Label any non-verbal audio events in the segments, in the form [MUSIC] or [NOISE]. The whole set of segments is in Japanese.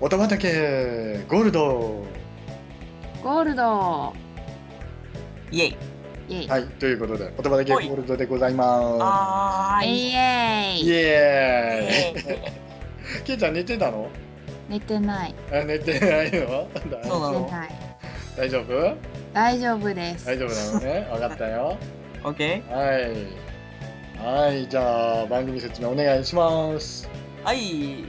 おたまたけゴールドゴールドイエイイェイ、はい、ということで、おたまたけゴールドでございまあーいイエす。ーイイエイエーイ。けいちゃん寝てたの [LAUGHS] 寝てないあ寝てないの [LAUGHS] 大そうな寝のてない大丈夫大丈夫です大丈夫なの [LAUGHS] ね。わかったよ。イオッケはい。はい、じゃあ番組説明お願いします。ーはい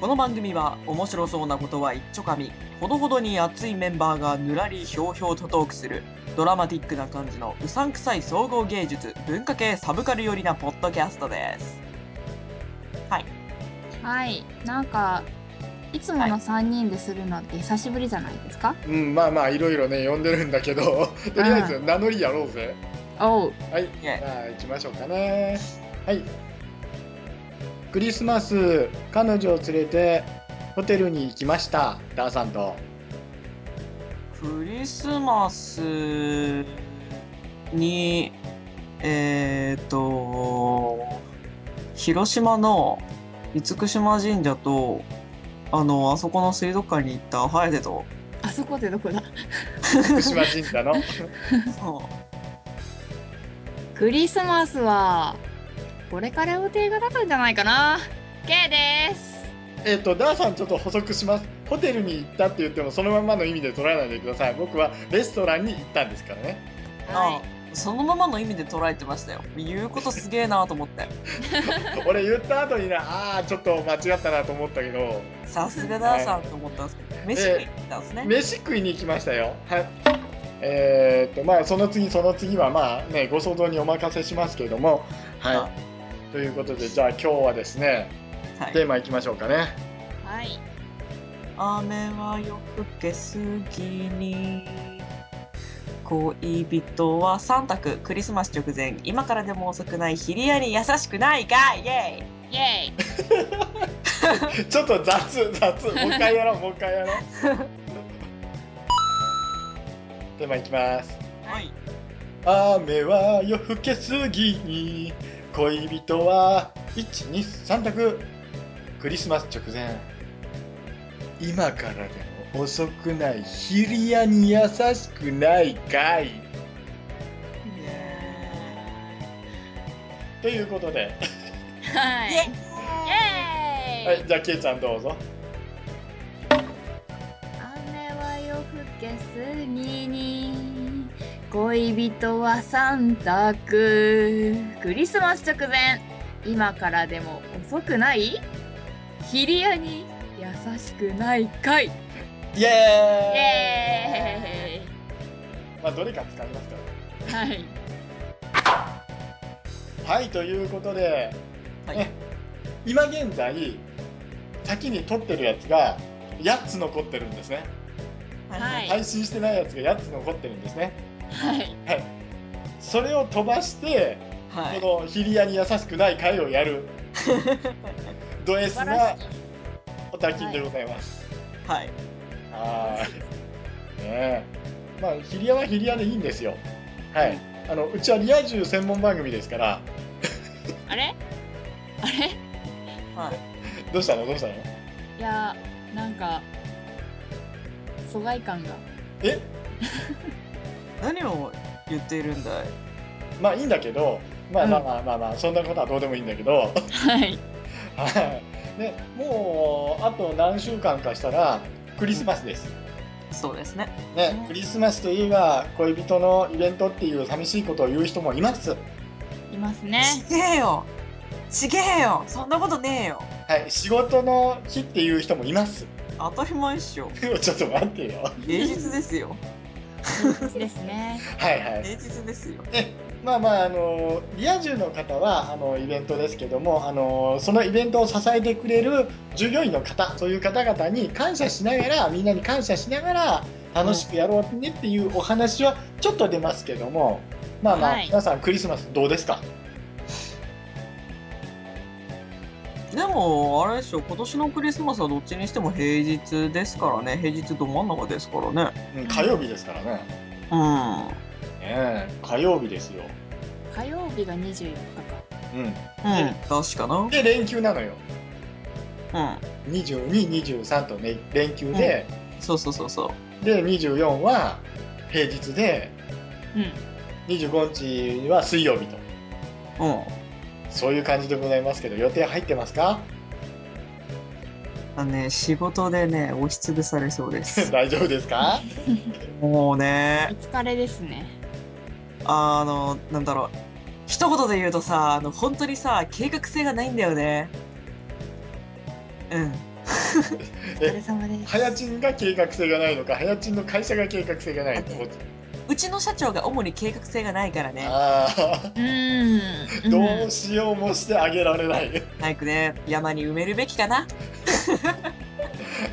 この番組は面白そうなことは一ちょかみほどほどに熱いメンバーがぬらりひょうひょうとトークするドラマティックな感じのうさんくさい総合芸術文化系サブカル寄りなポッドキャストですはいはいなんかいつもの3人でするのって久しぶりじゃないですか、うん、まあまあいろいろね、呼んでるんだけど、 [LAUGHS] とりあえず名乗りやろうぜ。おうはい、イエじゃあ行きましょうかね。はい。クリスマス、彼女を連れてホテルに行きました。ダーさんと。クリスマスに、えっ、と、広島の厳島神社と、あの、あそこの水族館に行ったハエデと、あそこってどこだ福島神社の。そうクリスマスはこれから予定が立つんじゃないかな K ですえっと、ダーさんちょっと補足します。ホテルに行ったって言ってもそのままの意味で取らないでください。僕はレストランに行ったんですからね。あはそのままの意味で捉えてましたよ。言うことすげえなと思って。俺言った後にな、ああ、ちょっと間違ったなと思ったけど、さすがだーさんと思ったんですけど、飯食いに行ったんですね。飯食いに行きましたよ。はい。えーっと、まあ、その次、その次は、まあね、ご想像にお任せしますけれども、ははい。ということで、じゃあ今日はですね、はテーい、マいきましょうかね。いはい雨は夜更け過ぎに。恋人は3択クリスマス直前今からでも遅くないヒリアに優しくないかイエイエーイちょっと雑、雑。もう一回やろう、もう一回や [LAUGHS] ろう。テーマいきます。イはい雨は夜更けすぎ恋人は123択クリスマス直前今からでも遅くないヒリアに優しくないかいイエということで、はいイイエエーイはい、じゃあケイちゃんどうぞ雨は夜更けすぎに恋人は三択クリスマス直前今からでも遅くないヒリアに優しくないかいイイエーイエまあどれか使いますかーイはいらはいということでーイはねい今現在先に取ってるやつが8つ残ってるんですねはい配信してないやつが8つ残ってるんですねはいそれを飛ばして、はこのヒリアに優しくない会をやる [LAUGHS] ド S 素晴らなしいおたきんでございます。いはいはーい。ねえ。まあヒリアはヒリアでいいんですよ。はい。あのうちはリア充専門番組ですから。あれあれはいどうしたのどうしたの？いやなんか疎外感がえ？何を言っているんだいまあいいんだけど、まあうんまあまあまあ、まあ、そんなことはどうでもいいんだけど。はいはい。ね、もうあと何週間かしたらクリスマスです。そうですねね、クリスマスといえば恋人のイベントっていう寂しいことを言う人もいます。いますねちげえよちげえよそんなことねえよはい、仕事の日っていう人もいます。 [LAUGHS] 当たり前っしょちょっと待ってよ。芸術ですよですねはいはい。芸術ですよえ、まあまああのリア充の方はあのイベントですけども、あのそのイベントを支えてくれる従業員の方、そういう方々に感謝しながら、みんなに感謝しながら楽しくやろうねっていうお話はちょっと出ますけども、まあまあ、はい皆さんクリスマスどうですか？でも、あれでしょ、今年のクリスマスはどっちにしても平日ですからね、平日ど真ん中ですからね。うん、火曜日ですからね。うねえ火曜日ですよ。火曜日が24日かうん。ん。うん、確かな。で連休なのよ。うん。 2223と、ね、連休で、そうそうそうそう。で24は平日でうん。 25日は水曜日とうん。そういう感じでございますけど予定入ってます [LAUGHS] かあのね、仕事でね、押しつぶされそうで [LAUGHS] す。大丈夫です [LAUGHS] かもうおね、疲れですね。あの、なんだろう。一言で言うとさ、あの、本当にさ、計画性がないんだよね。うん。お疲れ様です。早賃が計画性がないのか早賃の会社が計画性がないのかうちの社長が主に計画性がないからね、あうーあん。どうしようもしてあげられない [LAUGHS] 早くね、山に埋めるべきかな。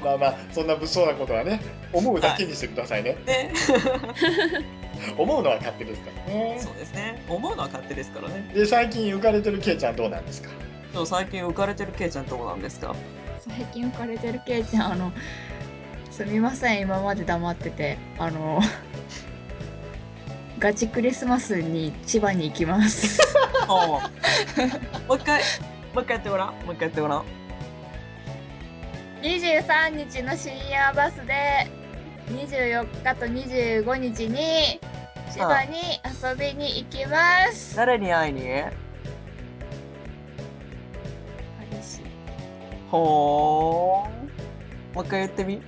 まあまあそんな物騒なことはね思うだけにしてくださいね、ね。思うのは勝手ですからねそうですね。思うのは勝手ですからね。で最近浮かれてるケイちゃんどうなんですかそう最近浮かれてるケイちゃんどうなんですか [LAUGHS] 最近浮かれてるけいちゃん、あの、すみません、今まで黙ってて。あの、 [LAUGHS] ガチクリスマスに千葉に行きます。おうもう一回、もう一回やってごらん。もう一回やってごらん。 23日の深夜バスで、24日と25日に、千葉に遊びに行きます。誰に会いに彼氏ほーもう一回言ってみ。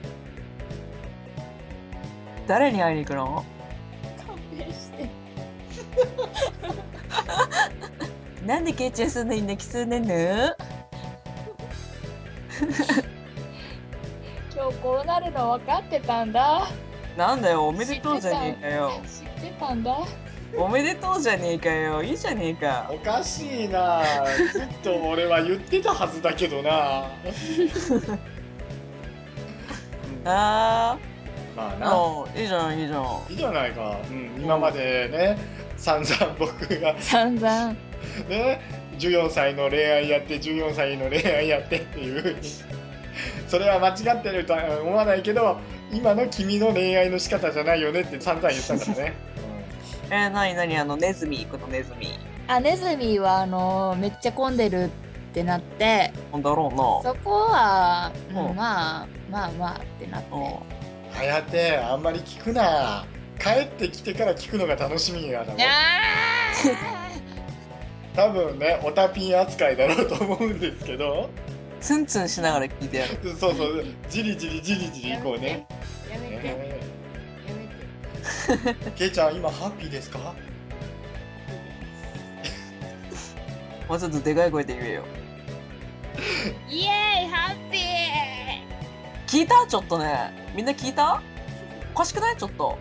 誰に会いに行くの勘弁して。なんでケイちゃんそんなに泣きそうなの今日こうなるの分かってたんだ。なんだよ、おめでとうじゃねえかよ。知ってたんだ。おめでとうじゃねえかよ。いいじゃねえか。おかしいなずっと俺は言ってたはずだけどなうんまああーなおういいじゃん、いいじゃん。いいじゃないか、うん、今までね散々僕が散々。ね14歳の恋愛やって14歳の恋愛やってっていうそれは間違ってるとは思わないけど今の君の恋愛の仕方じゃないよねって散々言ったからね、えー、なになにあの、ネズミ行くの、ネズミ。あネズミはあのめっちゃ混んでるってなってなんだろうな。そこは、うんまあまあまあってなっておううん、はやてあんまり聞くな帰ってきてから聞くのが楽しみやだろあ多分ねオタピン扱いだろうと思うんですけどツンツンしながら聞いてやる。そうそうじりじりじりじ [LAUGHS] りいこうねやめてやめて、えやめてーけいちゃん今ハッピーですかもうちょっとでかい声で言えよ。イエーイハッピー聞いたちょっとね。みんな聞いたおかしくないちょっと。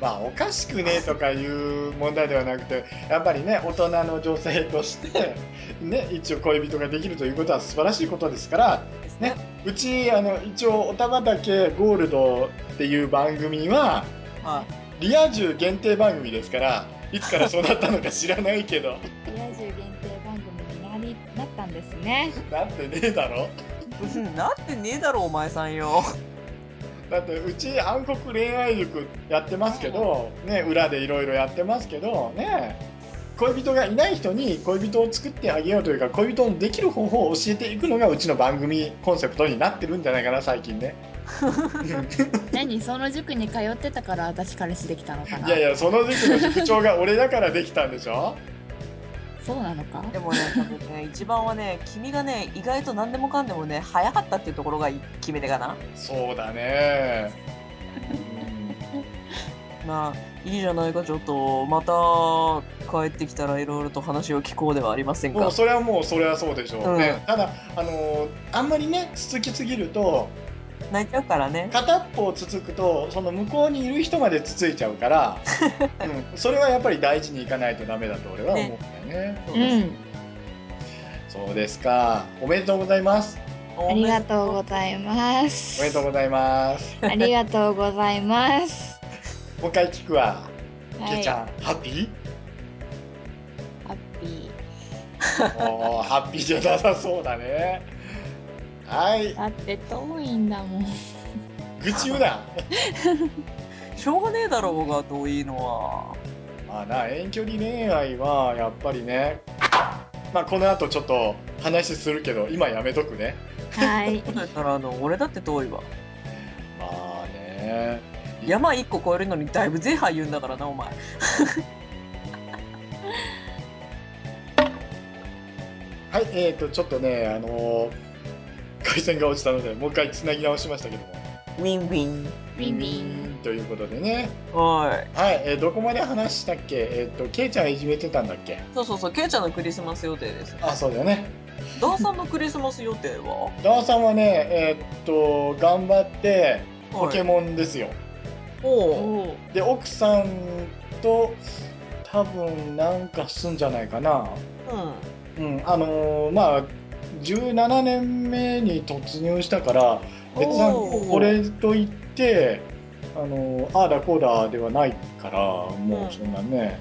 まあおかしくねとかいう問題ではなくてやっぱりね大人の女性として、ね、一応恋人ができるということは素晴らしいことですからですね。うちあの一応「おたまだけゴールド」っていう番組ははリア充限定番組ですからいつからそうなったのか知らないけど [LAUGHS] リア充限定番組になりなったんですねなってねえだろい。なってねえだろ、お前さんよ。だってうち暗黒恋愛塾やってますけど、ね、裏でいろいろやってますけどね恋人がいない人に恋人を作ってあげようというか恋人のできる方法を教えていくのがうちの番組コンセプトになってるんじゃないかな最近ね何その塾に通ってたから私彼氏できたのかないやいやその時期の塾長が俺だからできたんでしょそうなのかでもね、多分 [LAUGHS] ね、一番はね、君がね、意外と何でもかんでもね、早かったっていうところが決め手かな。そうだねうんまあ、いいじゃないか、ちょっと。また、帰ってきたらいろいろと話を聞こうではありませんもかう。それはもうそれはそうでしょう、うんねただあのーあんまりねつつきすぎると泣いちゃうからね。片っぽをつつくとその向こうにいる人までつついちゃう [LAUGHS] から、うん、それはやっぱり大事にいかないとダメだと俺は思うんだよねそううですんそうですかおめでとうございますありがとうございますおめでとうございますありがとうございますもう一回聞くわ、はけいいちゃんハッピハッピーおーハッピーじゃなさそうだねはいーだって遠いんだもん愚痴言うなしょうがねえだろうが遠いのはまあな遠距離恋愛はやっぱりねまあ、この後ちょっと話するけど今やめとくねはいそうだったらあの俺だって遠いわまあね山1個越えるのにだいぶ前半言うんだからなお前はいえー、とちょっとねあのー回線が落ちたのでもう一回つなぎ直しましたけどもウィンウィンビンビンということでねははい、えーどこまで話したっけえっ、とケイちゃんいじめてたんだっけいそうそうそうケイちゃんのクリスマス予定ですあそうだよねダーさんのクリスマス予定はダオさんはねえっ、と頑張ってポケンモンですよ、おうおーで奥さんと多分なんかすんじゃないかなうんうんあのーまあ17年目に突入したから別おにーこれといってあのーああだこうだではないからもうそんなね、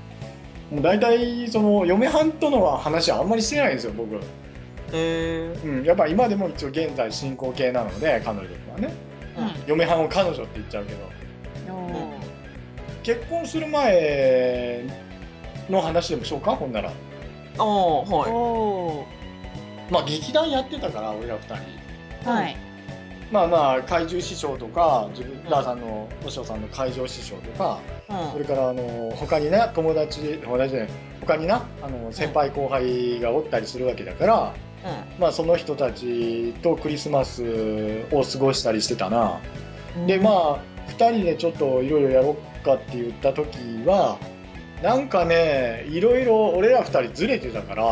もう大体その嫁はんとのは話はあんまりしてないんですよ僕、へえうん、やっぱ今でも一応現在進行形なので彼女とはねう嫁はんを彼女って言っちゃうけどんお結婚する前の話でもしようかほんならああーはいおまあ劇団やってたから俺ら二人ーはいまあまあ怪獣師匠とか自分んダーさんのお師匠さんの怪獣師匠とかうんそれからあの他にね友達友達じゃない他になあの先輩後輩がおったりするわけだから、まあ、その人たちとクリスマスを過ごしたりしてたな、うんでまあ2人でちょっといろいろやろっかって言った時はなんかねいろいろ俺ら2人ずれてたから、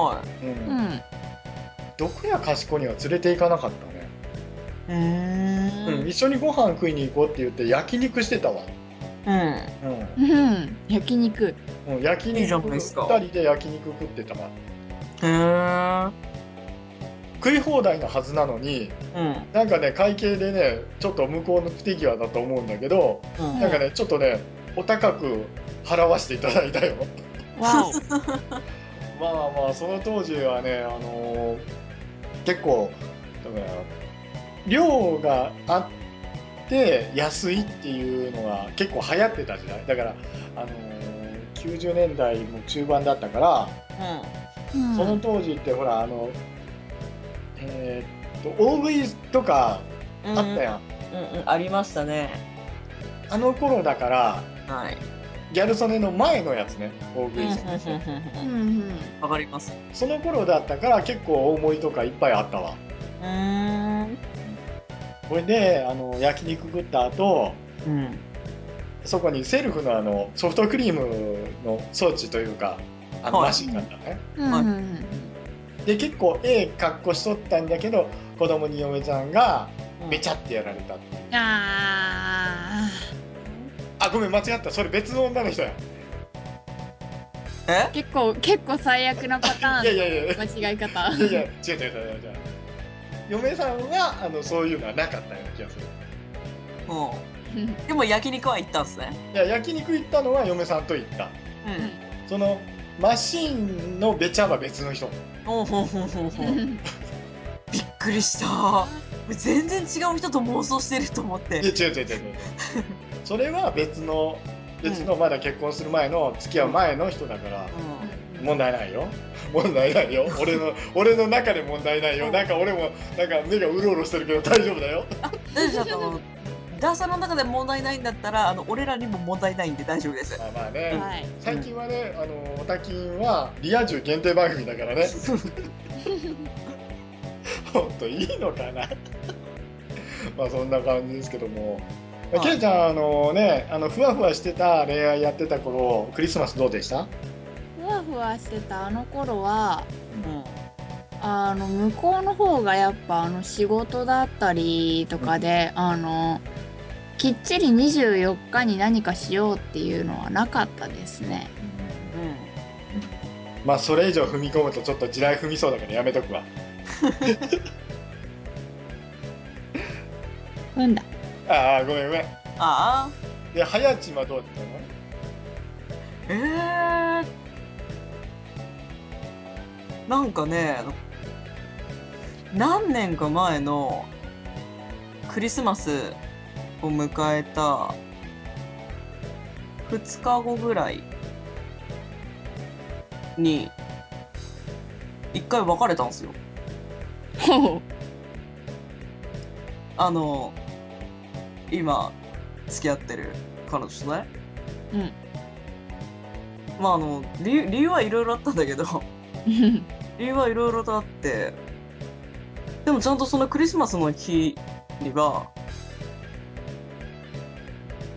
はうんうんどこやかしこには連れて行かなかったね、いへうん、一緒にご飯食いに行こうって言って焼肉してたわ、うんううん焼肉んうん、焼いいじ肉ゃないですか2人で焼肉食ってたからへえ食い放題のはずなのにうんなんかね会計でねちょっと向こうの不手際だと思うんだけど、うんなんかねちょっとねお高く払わせていただいたよわおまあまあその当時はね、あのー結構だから量があって安いっていうのが結構流行ってた時代だから、あのー90年代も中盤だったから、うんうんその当時ってほらあのえーっと大食いとかあったやん、うんうんありましたねあの頃だからはいギャル曽根の前のやつね大食い、うんわうんかりますその頃だったから結構大盛りとかいっぱいあったわうーんこれであの焼肉食った後うんそこにセルフのあのソフトクリームの装置というかあのはいマシンなんだね、うんはいで結構ええ格好しとったんだけど子供に嫁ちゃんがべちゃってやられたっていう、うんああごめん間違ったそれ別の女の人やー結構結構最悪なパタいやいーやいやいン間違い方やいや違う違う違う違う嫁さんはあのそういうのはなかったような気がするうんでも焼肉は行ったんすねいや焼肉行ったのは嫁さんと行ったうんそのマシンのべちゃは別の人おうほうほうほうほうびっくりした全然違う人と妄想してると思っいやて違う違う違う違 [LAUGHS] うそれは別の別のまだ結婚する前の付き合う前の人だから問題ないよ問題ないよ俺 [LAUGHS] の俺の中で問題ないよなんか俺もなんか目がうろうろしてるけど大丈夫だよ大丈夫だと思うダーさんの中で問題ないんだったらあの俺らにも問題ないんで大丈夫ですまあまあね、はい最近はねあのオタキンはリア充限定番組だからねほんといいのかな [LAUGHS] まあそんな感じですけども、はいケイちゃんあのねあのふわふわしてた恋愛やってた頃クリスマスどうでしたふわふわしてたあの頃はうんあの向こうの方がやっぱあの仕事だったりとかで、あのきっちり24日に何かしようっていうのはなかったですね。うんまあそれ以上踏み込むとちょっと地雷踏みそうだからやめとくわうんだ。ああごめんごめんああで早ちはどうだったのえー、なんかねあの何年か前のクリスマスを迎えた2日後ぐらいに一回別れたんですよほうあの今付き合ってる彼女とねうんまああの理由理由はいろいろあったんだけど理由はいろいろとあってでもちゃんとそのクリスマスの日には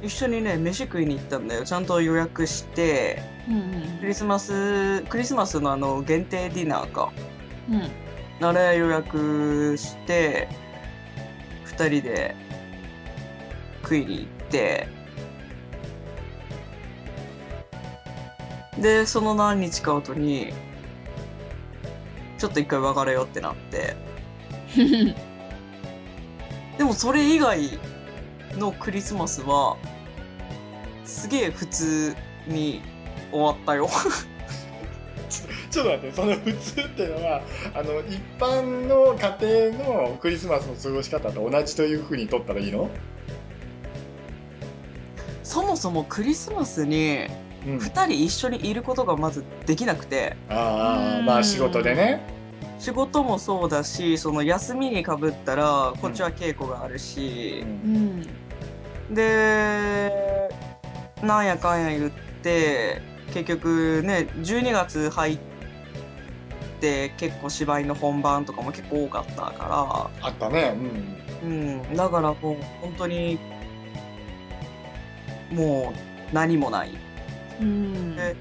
一緒にね飯食いに行ったんだよちゃんと予約してうんクリスマスクリスマスのあの限定ディナーかうんうんあれ予約して2人で食いに行ってでその何日か後にちょっと一回別れようってなってでもそれ以外のクリスマスはすげえ普通に終わったよ [LAUGHS] ちょっと待ってその普通っていうのはあの一般の家庭のクリスマスの過ごし方と同じというふうにとったらいいの、そもそもクリスマスにうん、 2人一緒にいることがまずできなくてああまあ仕事でね仕事もそうだしその休みにかぶったらこっちは稽古があるし、うんでなんやかんや言って結局ね12月入って結構芝居の本番とかも結構多かったかあったねうんら、うん、だからもう本当にもう何もないうんで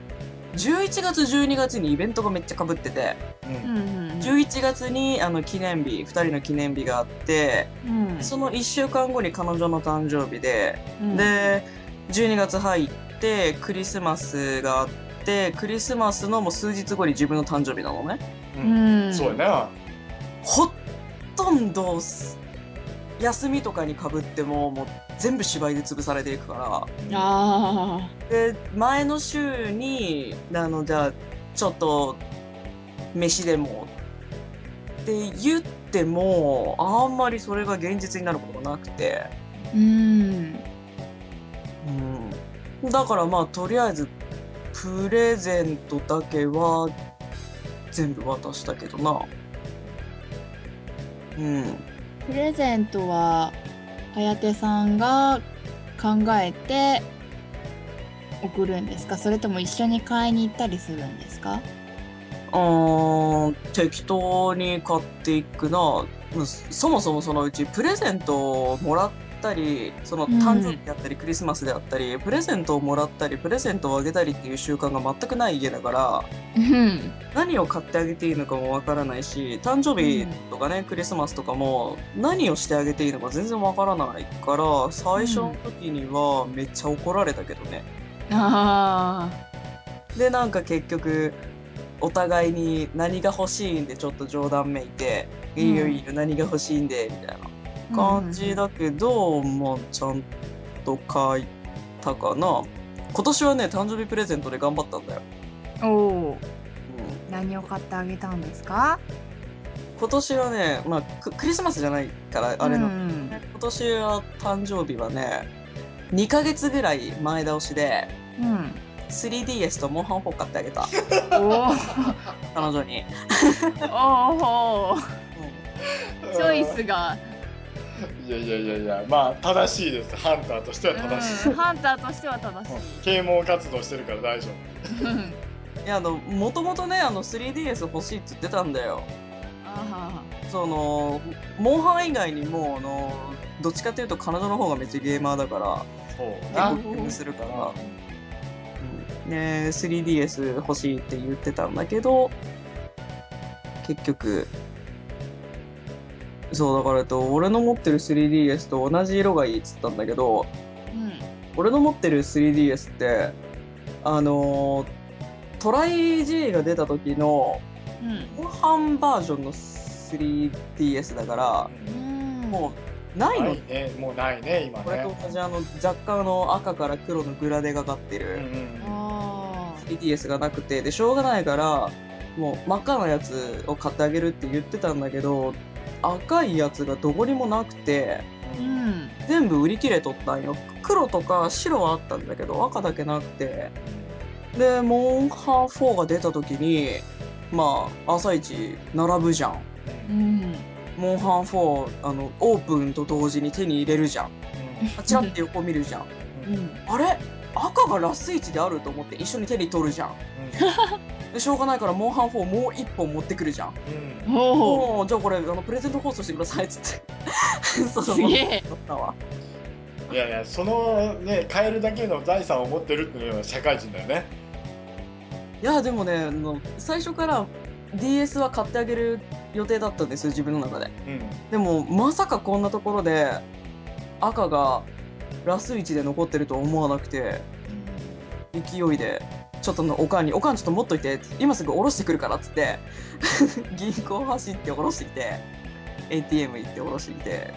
11月12月にイベントがめっちゃかぶっててうんうん11月にあの記念日2人の記念日があってうんその1週間後に彼女の誕生日で、うんで12月入ってクリスマスがあってクリスマスのもう数日後に自分の誕生日なのねう、うんんそうやなほとんどす休みとかにかぶってももう全部芝居で潰されていくかあらで前の週にあのじゃあちょっと飯でもって言ってもあんまりそれが現実になることがなくて。ーうんうん、だからまあとりあえずプレゼントだけは全部渡したけどなうんプレゼントは綾手さんが考えて送るんですかそれとも一緒に買いに行ったりするんですかあー適当に買っていくなうんそもそもそのうちプレゼントをもらったりそのうん誕生日であったりクリスマスであったり、プレゼントをもらったりプレゼントをあげたりっていう習慣が全くない家だからうん何を買ってあげていいのかもわからないし誕生日とかね、クリスマスとかも何をしてあげていいのか全然わからないから最初の時にはめっちゃ怒られたけどね、ああでなんか結局お互いに何が欲しいんでちょっと冗談めいて「うんいいよいいよ何が欲しいんで」みたいな感じだけど、まあちゃんと書いたかな今年はね誕生日プレゼントで頑張ったんだよ、おおうん、何を買ってあげたんですか今年はね、まあ、ククリスマスじゃないからあれなうんだんけど、今年は誕生日はね2ヶ月ぐらい前倒しで 3DS とモンハン4買ってあげたうんお彼女に、おおおチョイスがいやいやいやいやまあ正しいですハンターとしては正しい、うんハンターとしては正しうん啓蒙活動してるから大丈夫いうんうん、いやあのもともとねあの 3DS 欲しいって言ってたんだよあそのモンハン以外にもあのどっちかというと彼女の方がめっちゃゲーマーだかそうらな結構ゲームするからう、んね、3DS 欲しいって言ってたんだけど結局そうだからえっと俺の持ってる 3DS と同じ色がいいっつったんだけどあうん俺の持ってる 3DS ってあのートライ G が出た時のうん後半バージョンの 3DS だからうんもうないのないねもうないね今これねと同じあの若干あの赤から黒のグラデがかってる。うんうんあ 3DS がなくてでしょうがないからもう真っ赤なやつを買ってあげるって言ってたんだけど赤いやつがどこにもなくてあうん全部売り切れとったんよ黒とか白はあったんだけど赤だけなくてでモンハン4が出た時にまあ朝一並ぶじゃんうんモンハン4あのオープンと同時に手に入れるじゃんあちらって横見るじゃんううんうんんあれ赤がラス位置であると思って一緒に手に取るじゃんでしょうがないからモンハン4もう一本持ってくるじゃんうんおおおおーじゃあこれあのプレゼント放送してくださいっつってそうすげえだったわいやいやそのね買えるだけの財産を持ってるっていうのは社会人だよねいやでもねあの最初から DS は買ってあげる予定だったんですよ自分の中でうんでもまさかこんなところで赤がラス位置で残ってるとは思わなくて勢いでちょっとのおかんに「おかんちょっと持っといて今すぐ下ろしてくるから」っつって [LAUGHS] 銀行走って下ろしてきて ATM 行って下ろしてきて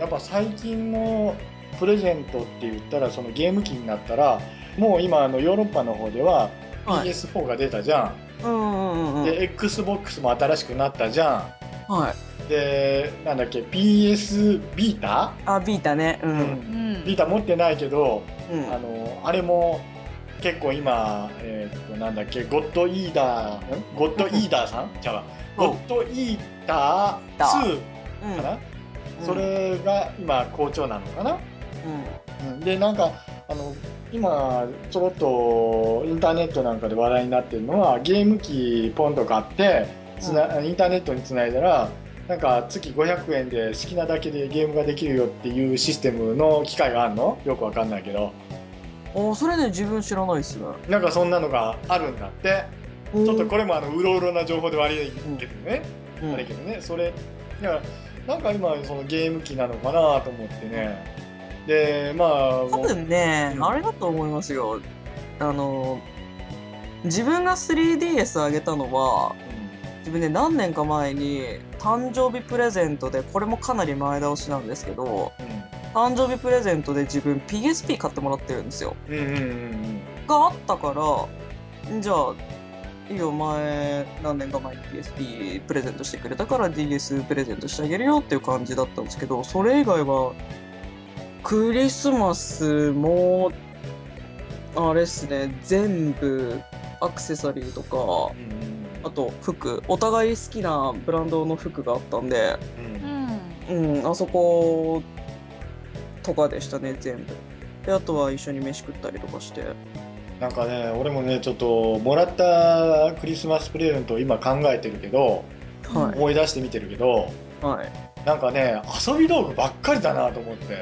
やっぱ最近のプレゼントって言ったらそのゲーム機になったらもう今あのヨーロッパの方でははい PS4 が出たじゃん、うんうんうんうんで XBOX も新しくなったじゃはいんでなんだっけ PS ビータ、あビータねうん、うビーんタ持ってないけどうんあのあれも結構今、えーっとなんだっけゴッドイーダーんゴッドイーダーさんじゃあうんゴッドイーダー2うんかな、うんそれが今好調なのかな、うんうん、でなんかあの今ちょろっとインターネットなんかで話題になってるのはゲーム機ポンと買ってつな、インターネットにつないだらなんか月500円で好きなだけでゲームができるよっていうシステムの機械があるのよくわかんないけどおそれね自分知らないっすねなんかそんなのがあるんだってちょちょっとこれもあのうろうろな情報で悪いけどね、うん悪いけどねそれだからなんか今そのゲーム機なのかなと思ってねでまあ多分ね、うんあれだと思いますよあの自分が 3DS あげたのは自分ね何年か前に誕生日プレゼントでこれもかなり前倒しなんですけど誕生日プレゼントで自分 PSP 買ってもらってるんですようんうんうんうんがあったからじゃあいいよ前何年か前に PSP プレゼントしてくれたから DS プレゼントしてあげるよっていう感じだったんですけどそれ以外はクリスマスもあれっすね全部アクセサリーとかうんうんあと服お互い好きなブランドの服があったんでうんうんうんあそことかでしたね全部であとは一緒に飯食ったりとかしてなんかね俺もねちょっともらったクリスマスプレゼントを今考えてるけどは思い出してみてるけどいはいなんかね遊び道具ばっかりだなと思っても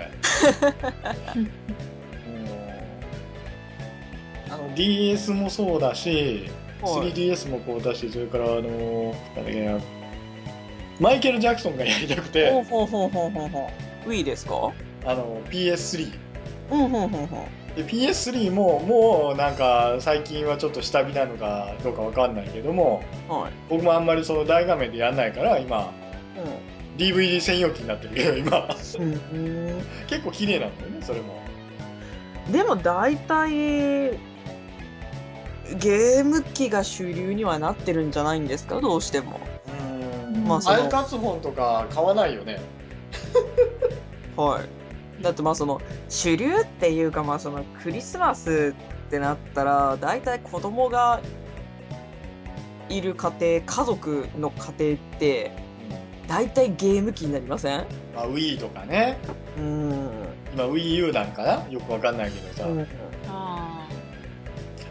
うあの DS もそうだしはい 3DS もこうだしそれからあのなんだっけなマイケル・ジャクソンがやりたくほうてほうほうほうほうほう。Wii ですかあの PS3 うんほうほうほで PS3 ももうなんか最近はちょっと下火なのかどうかわかんないけどもう。はい。僕もあんまりその大画面でやんないから今う DVD 専用機になってるけど今 [LAUGHS] ん。うん結構綺麗なんだよねそれもでも大体、ゲーム機が主流にはなってるんじゃないんですかどうしても。うんまあそのアイカツフォンとか買わないよねはい。だってまあその、主流っていうかまあその、クリスマスってなったら、大体子供がいる家庭、家族の家庭って、大体ゲーム機になりませんまあ Wii とかねうん。今 WiiU なんかなよくわかんないけどさ、あ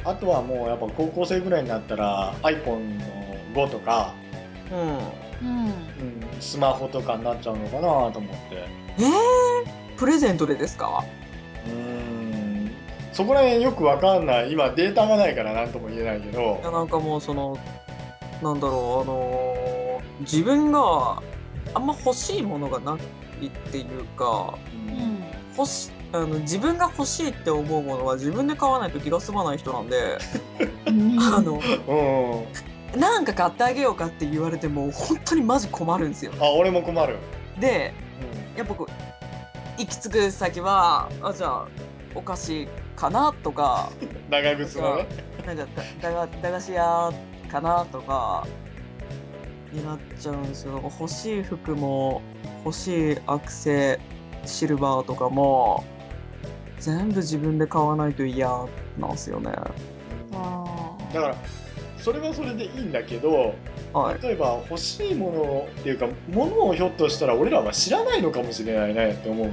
あとはもうやっぱ高校生ぐらいになったら iPhone の5とか、うん。ーうんうん、スマホとかになっちゃうのかなと思ってえー、プレゼントでですかうーんそこら辺よくわかんない今データがないから何とも言えないけどいやなんかもうそのなんだろうあのー自分があんま欲しいものがないっていうかうん欲しあの自分が欲しいって思うものは自分で買わないと気が済まない人なん [LAUGHS] であのうん、うん、なんか買ってあげようかって言われても本当にマジ困るんですよ。あ俺も困る、でうやっぱこう行き着く先はあじゃあお菓子かなとか。ん、長靴のねなんかだだが駄菓子屋かなとかになっちゃうんですよ欲しい服も欲しいアクセシルバーとかも全部自分で買わないと嫌なんですよねうんあだからそれはそれでいいんだけどはい。例えば欲しいものっていうかものをひょっとしたら俺らは知らないのかもしれないねって思うよ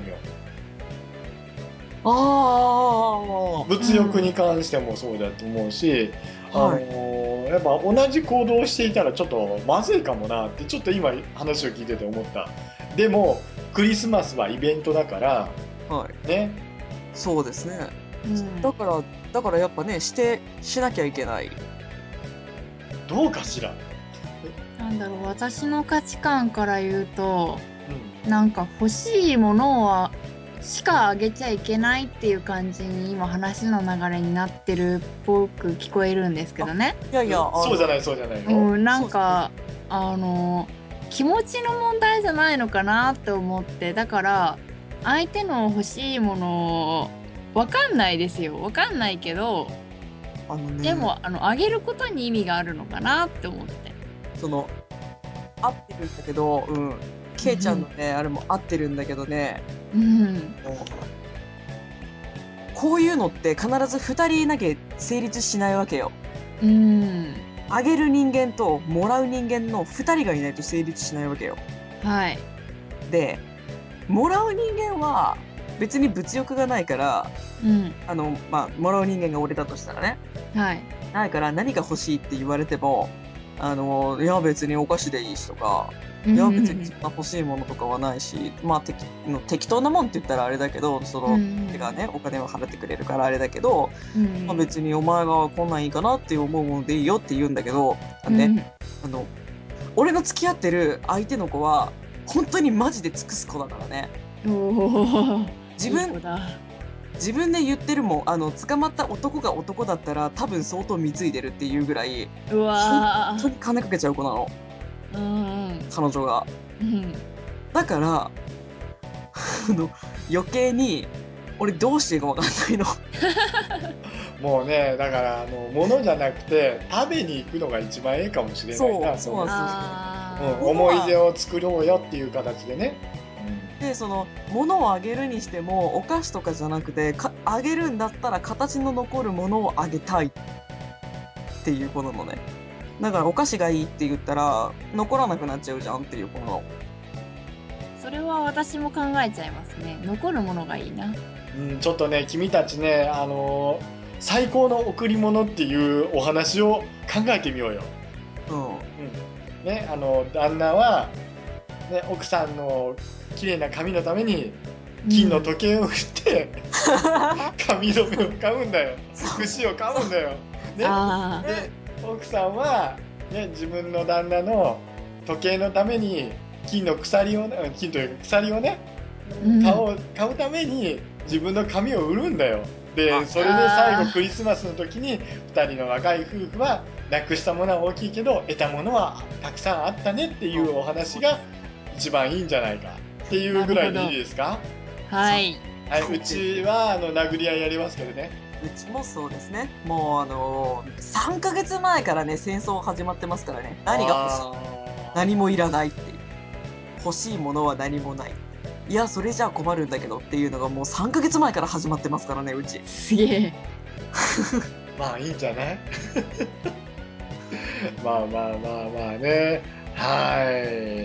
あ物欲に関してもそうだと思うし、あ。はい。あのやっぱ同じ行動をしていたらちょっとまずいかもなってちょっと今話を聞いてて思ったでもクリスマスはイベントだからはい。ねそうですね。うんだから、だからやっぱね、して、しなきゃいけない。どうかしら、なんだろう私の価値観から言うとうなんか欲しいものはしかあげちゃいけないっていう感じに今話の流れになってるっぽく聞こえるんですけどね。いやん、いや、あのそうじゃないそうじゃないよ、うん、なんかあの気持ちの問題じゃないのかなと思ってだから相手の欲しいものわかんないですよわかんないけどあのね、でも、あのあげることに意味があるのかなって思って。その、合ってるんだけど、うん。ケイちゃんのね、あれも合ってるんだけどね、うん、あのこういうのって必ず二人いなきゃ成立しないわけよ。うん、あげる人間ともらう人間の二人がいないと成立しないわけよ。はい、で、もらう人間は別に物欲がないから、うん、あの、まあ、もらう人間が俺だとしたらね、はい、ないから何が欲しいって言われても、あの、いや別にお菓子でいいしとか、ういんやうん別にそんな欲しいものとかはないし、まあ適の適当なもんって言ったらあれだけど、その、手がね、お金を払ってくれるからあれだけど、うんまあ、別にお前がこんなんいいかなって思うものでいいよって言うんだけど、ね、あの、俺の付き合ってる相手の子は、本当にマジで尽くす子だからね。うんおー自いい子分、だ自分で言ってるもん、あの、捕まった男が男だったら多分相当貢いでるっていうぐらい、うわ本当ーに金かけちゃう子なの、うん彼女が。うんだから、あの、余計に、俺どうしていいかわかんないの。もうねだからあの物じゃなくて食べに行くのが一番ええかもしれないなそうそうなんあうーん、思い出を作ろうよっていう形でね、で、その、物をあげるにしても、お菓子とかじゃなくて、かあげるんだったら形の残るものをあげたいっていう子なのね。だから、お菓子がいいって言ったら、残らなくなっちゃうじゃんっていう子なの。それは私も考えちゃいますね残るものがいいなうんちょっとね君たちねあのー最高の贈り物っていうお話を考えてみようよ、うん。うんね、あの旦那は、ね、奥さんの綺麗な髪のために金の時計を売って、髪の毛を買うんだよ串を買うんだよ、ね、あで奥さんは、ね、自分の旦那の時計のために金の鎖をねうん金というか鎖をねうん買おう買うために自分の髪を売るんだよであそれで最あ後ークリスマスの時に2人の若い夫婦はなくしたものは大きいけど得たものはたくさんあったねっていうお話が一番いいんじゃないかっていうぐらいでいいですか、あはいはそうい、うちはあの殴り合いやりますけどねうちもそうですね。もうあのー、3ヶ月前からね、戦争始まってますからね。何が欲しいあー何もいらないっていう。欲しいものは何もない。いや、それじゃあ困るんだけどっていうのがもう3ヶ月前から始まってますからね、うち。すげえまあいいんじゃない [LAUGHS] まあまあまあまあねは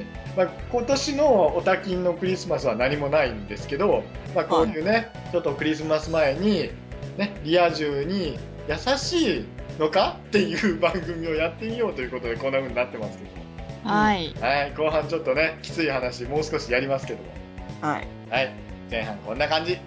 い、まあ、今年のおたきんのクリスマスは何もないんですけど、まあ、こういうねちょっとクリスマス前に、ね、リア充に優しいのかっていう番組をやってみようということでこんな風になってますけどもはいはい後半ちょっとねきつい話もう少しやりますけどもはい。はい前半こんな感じ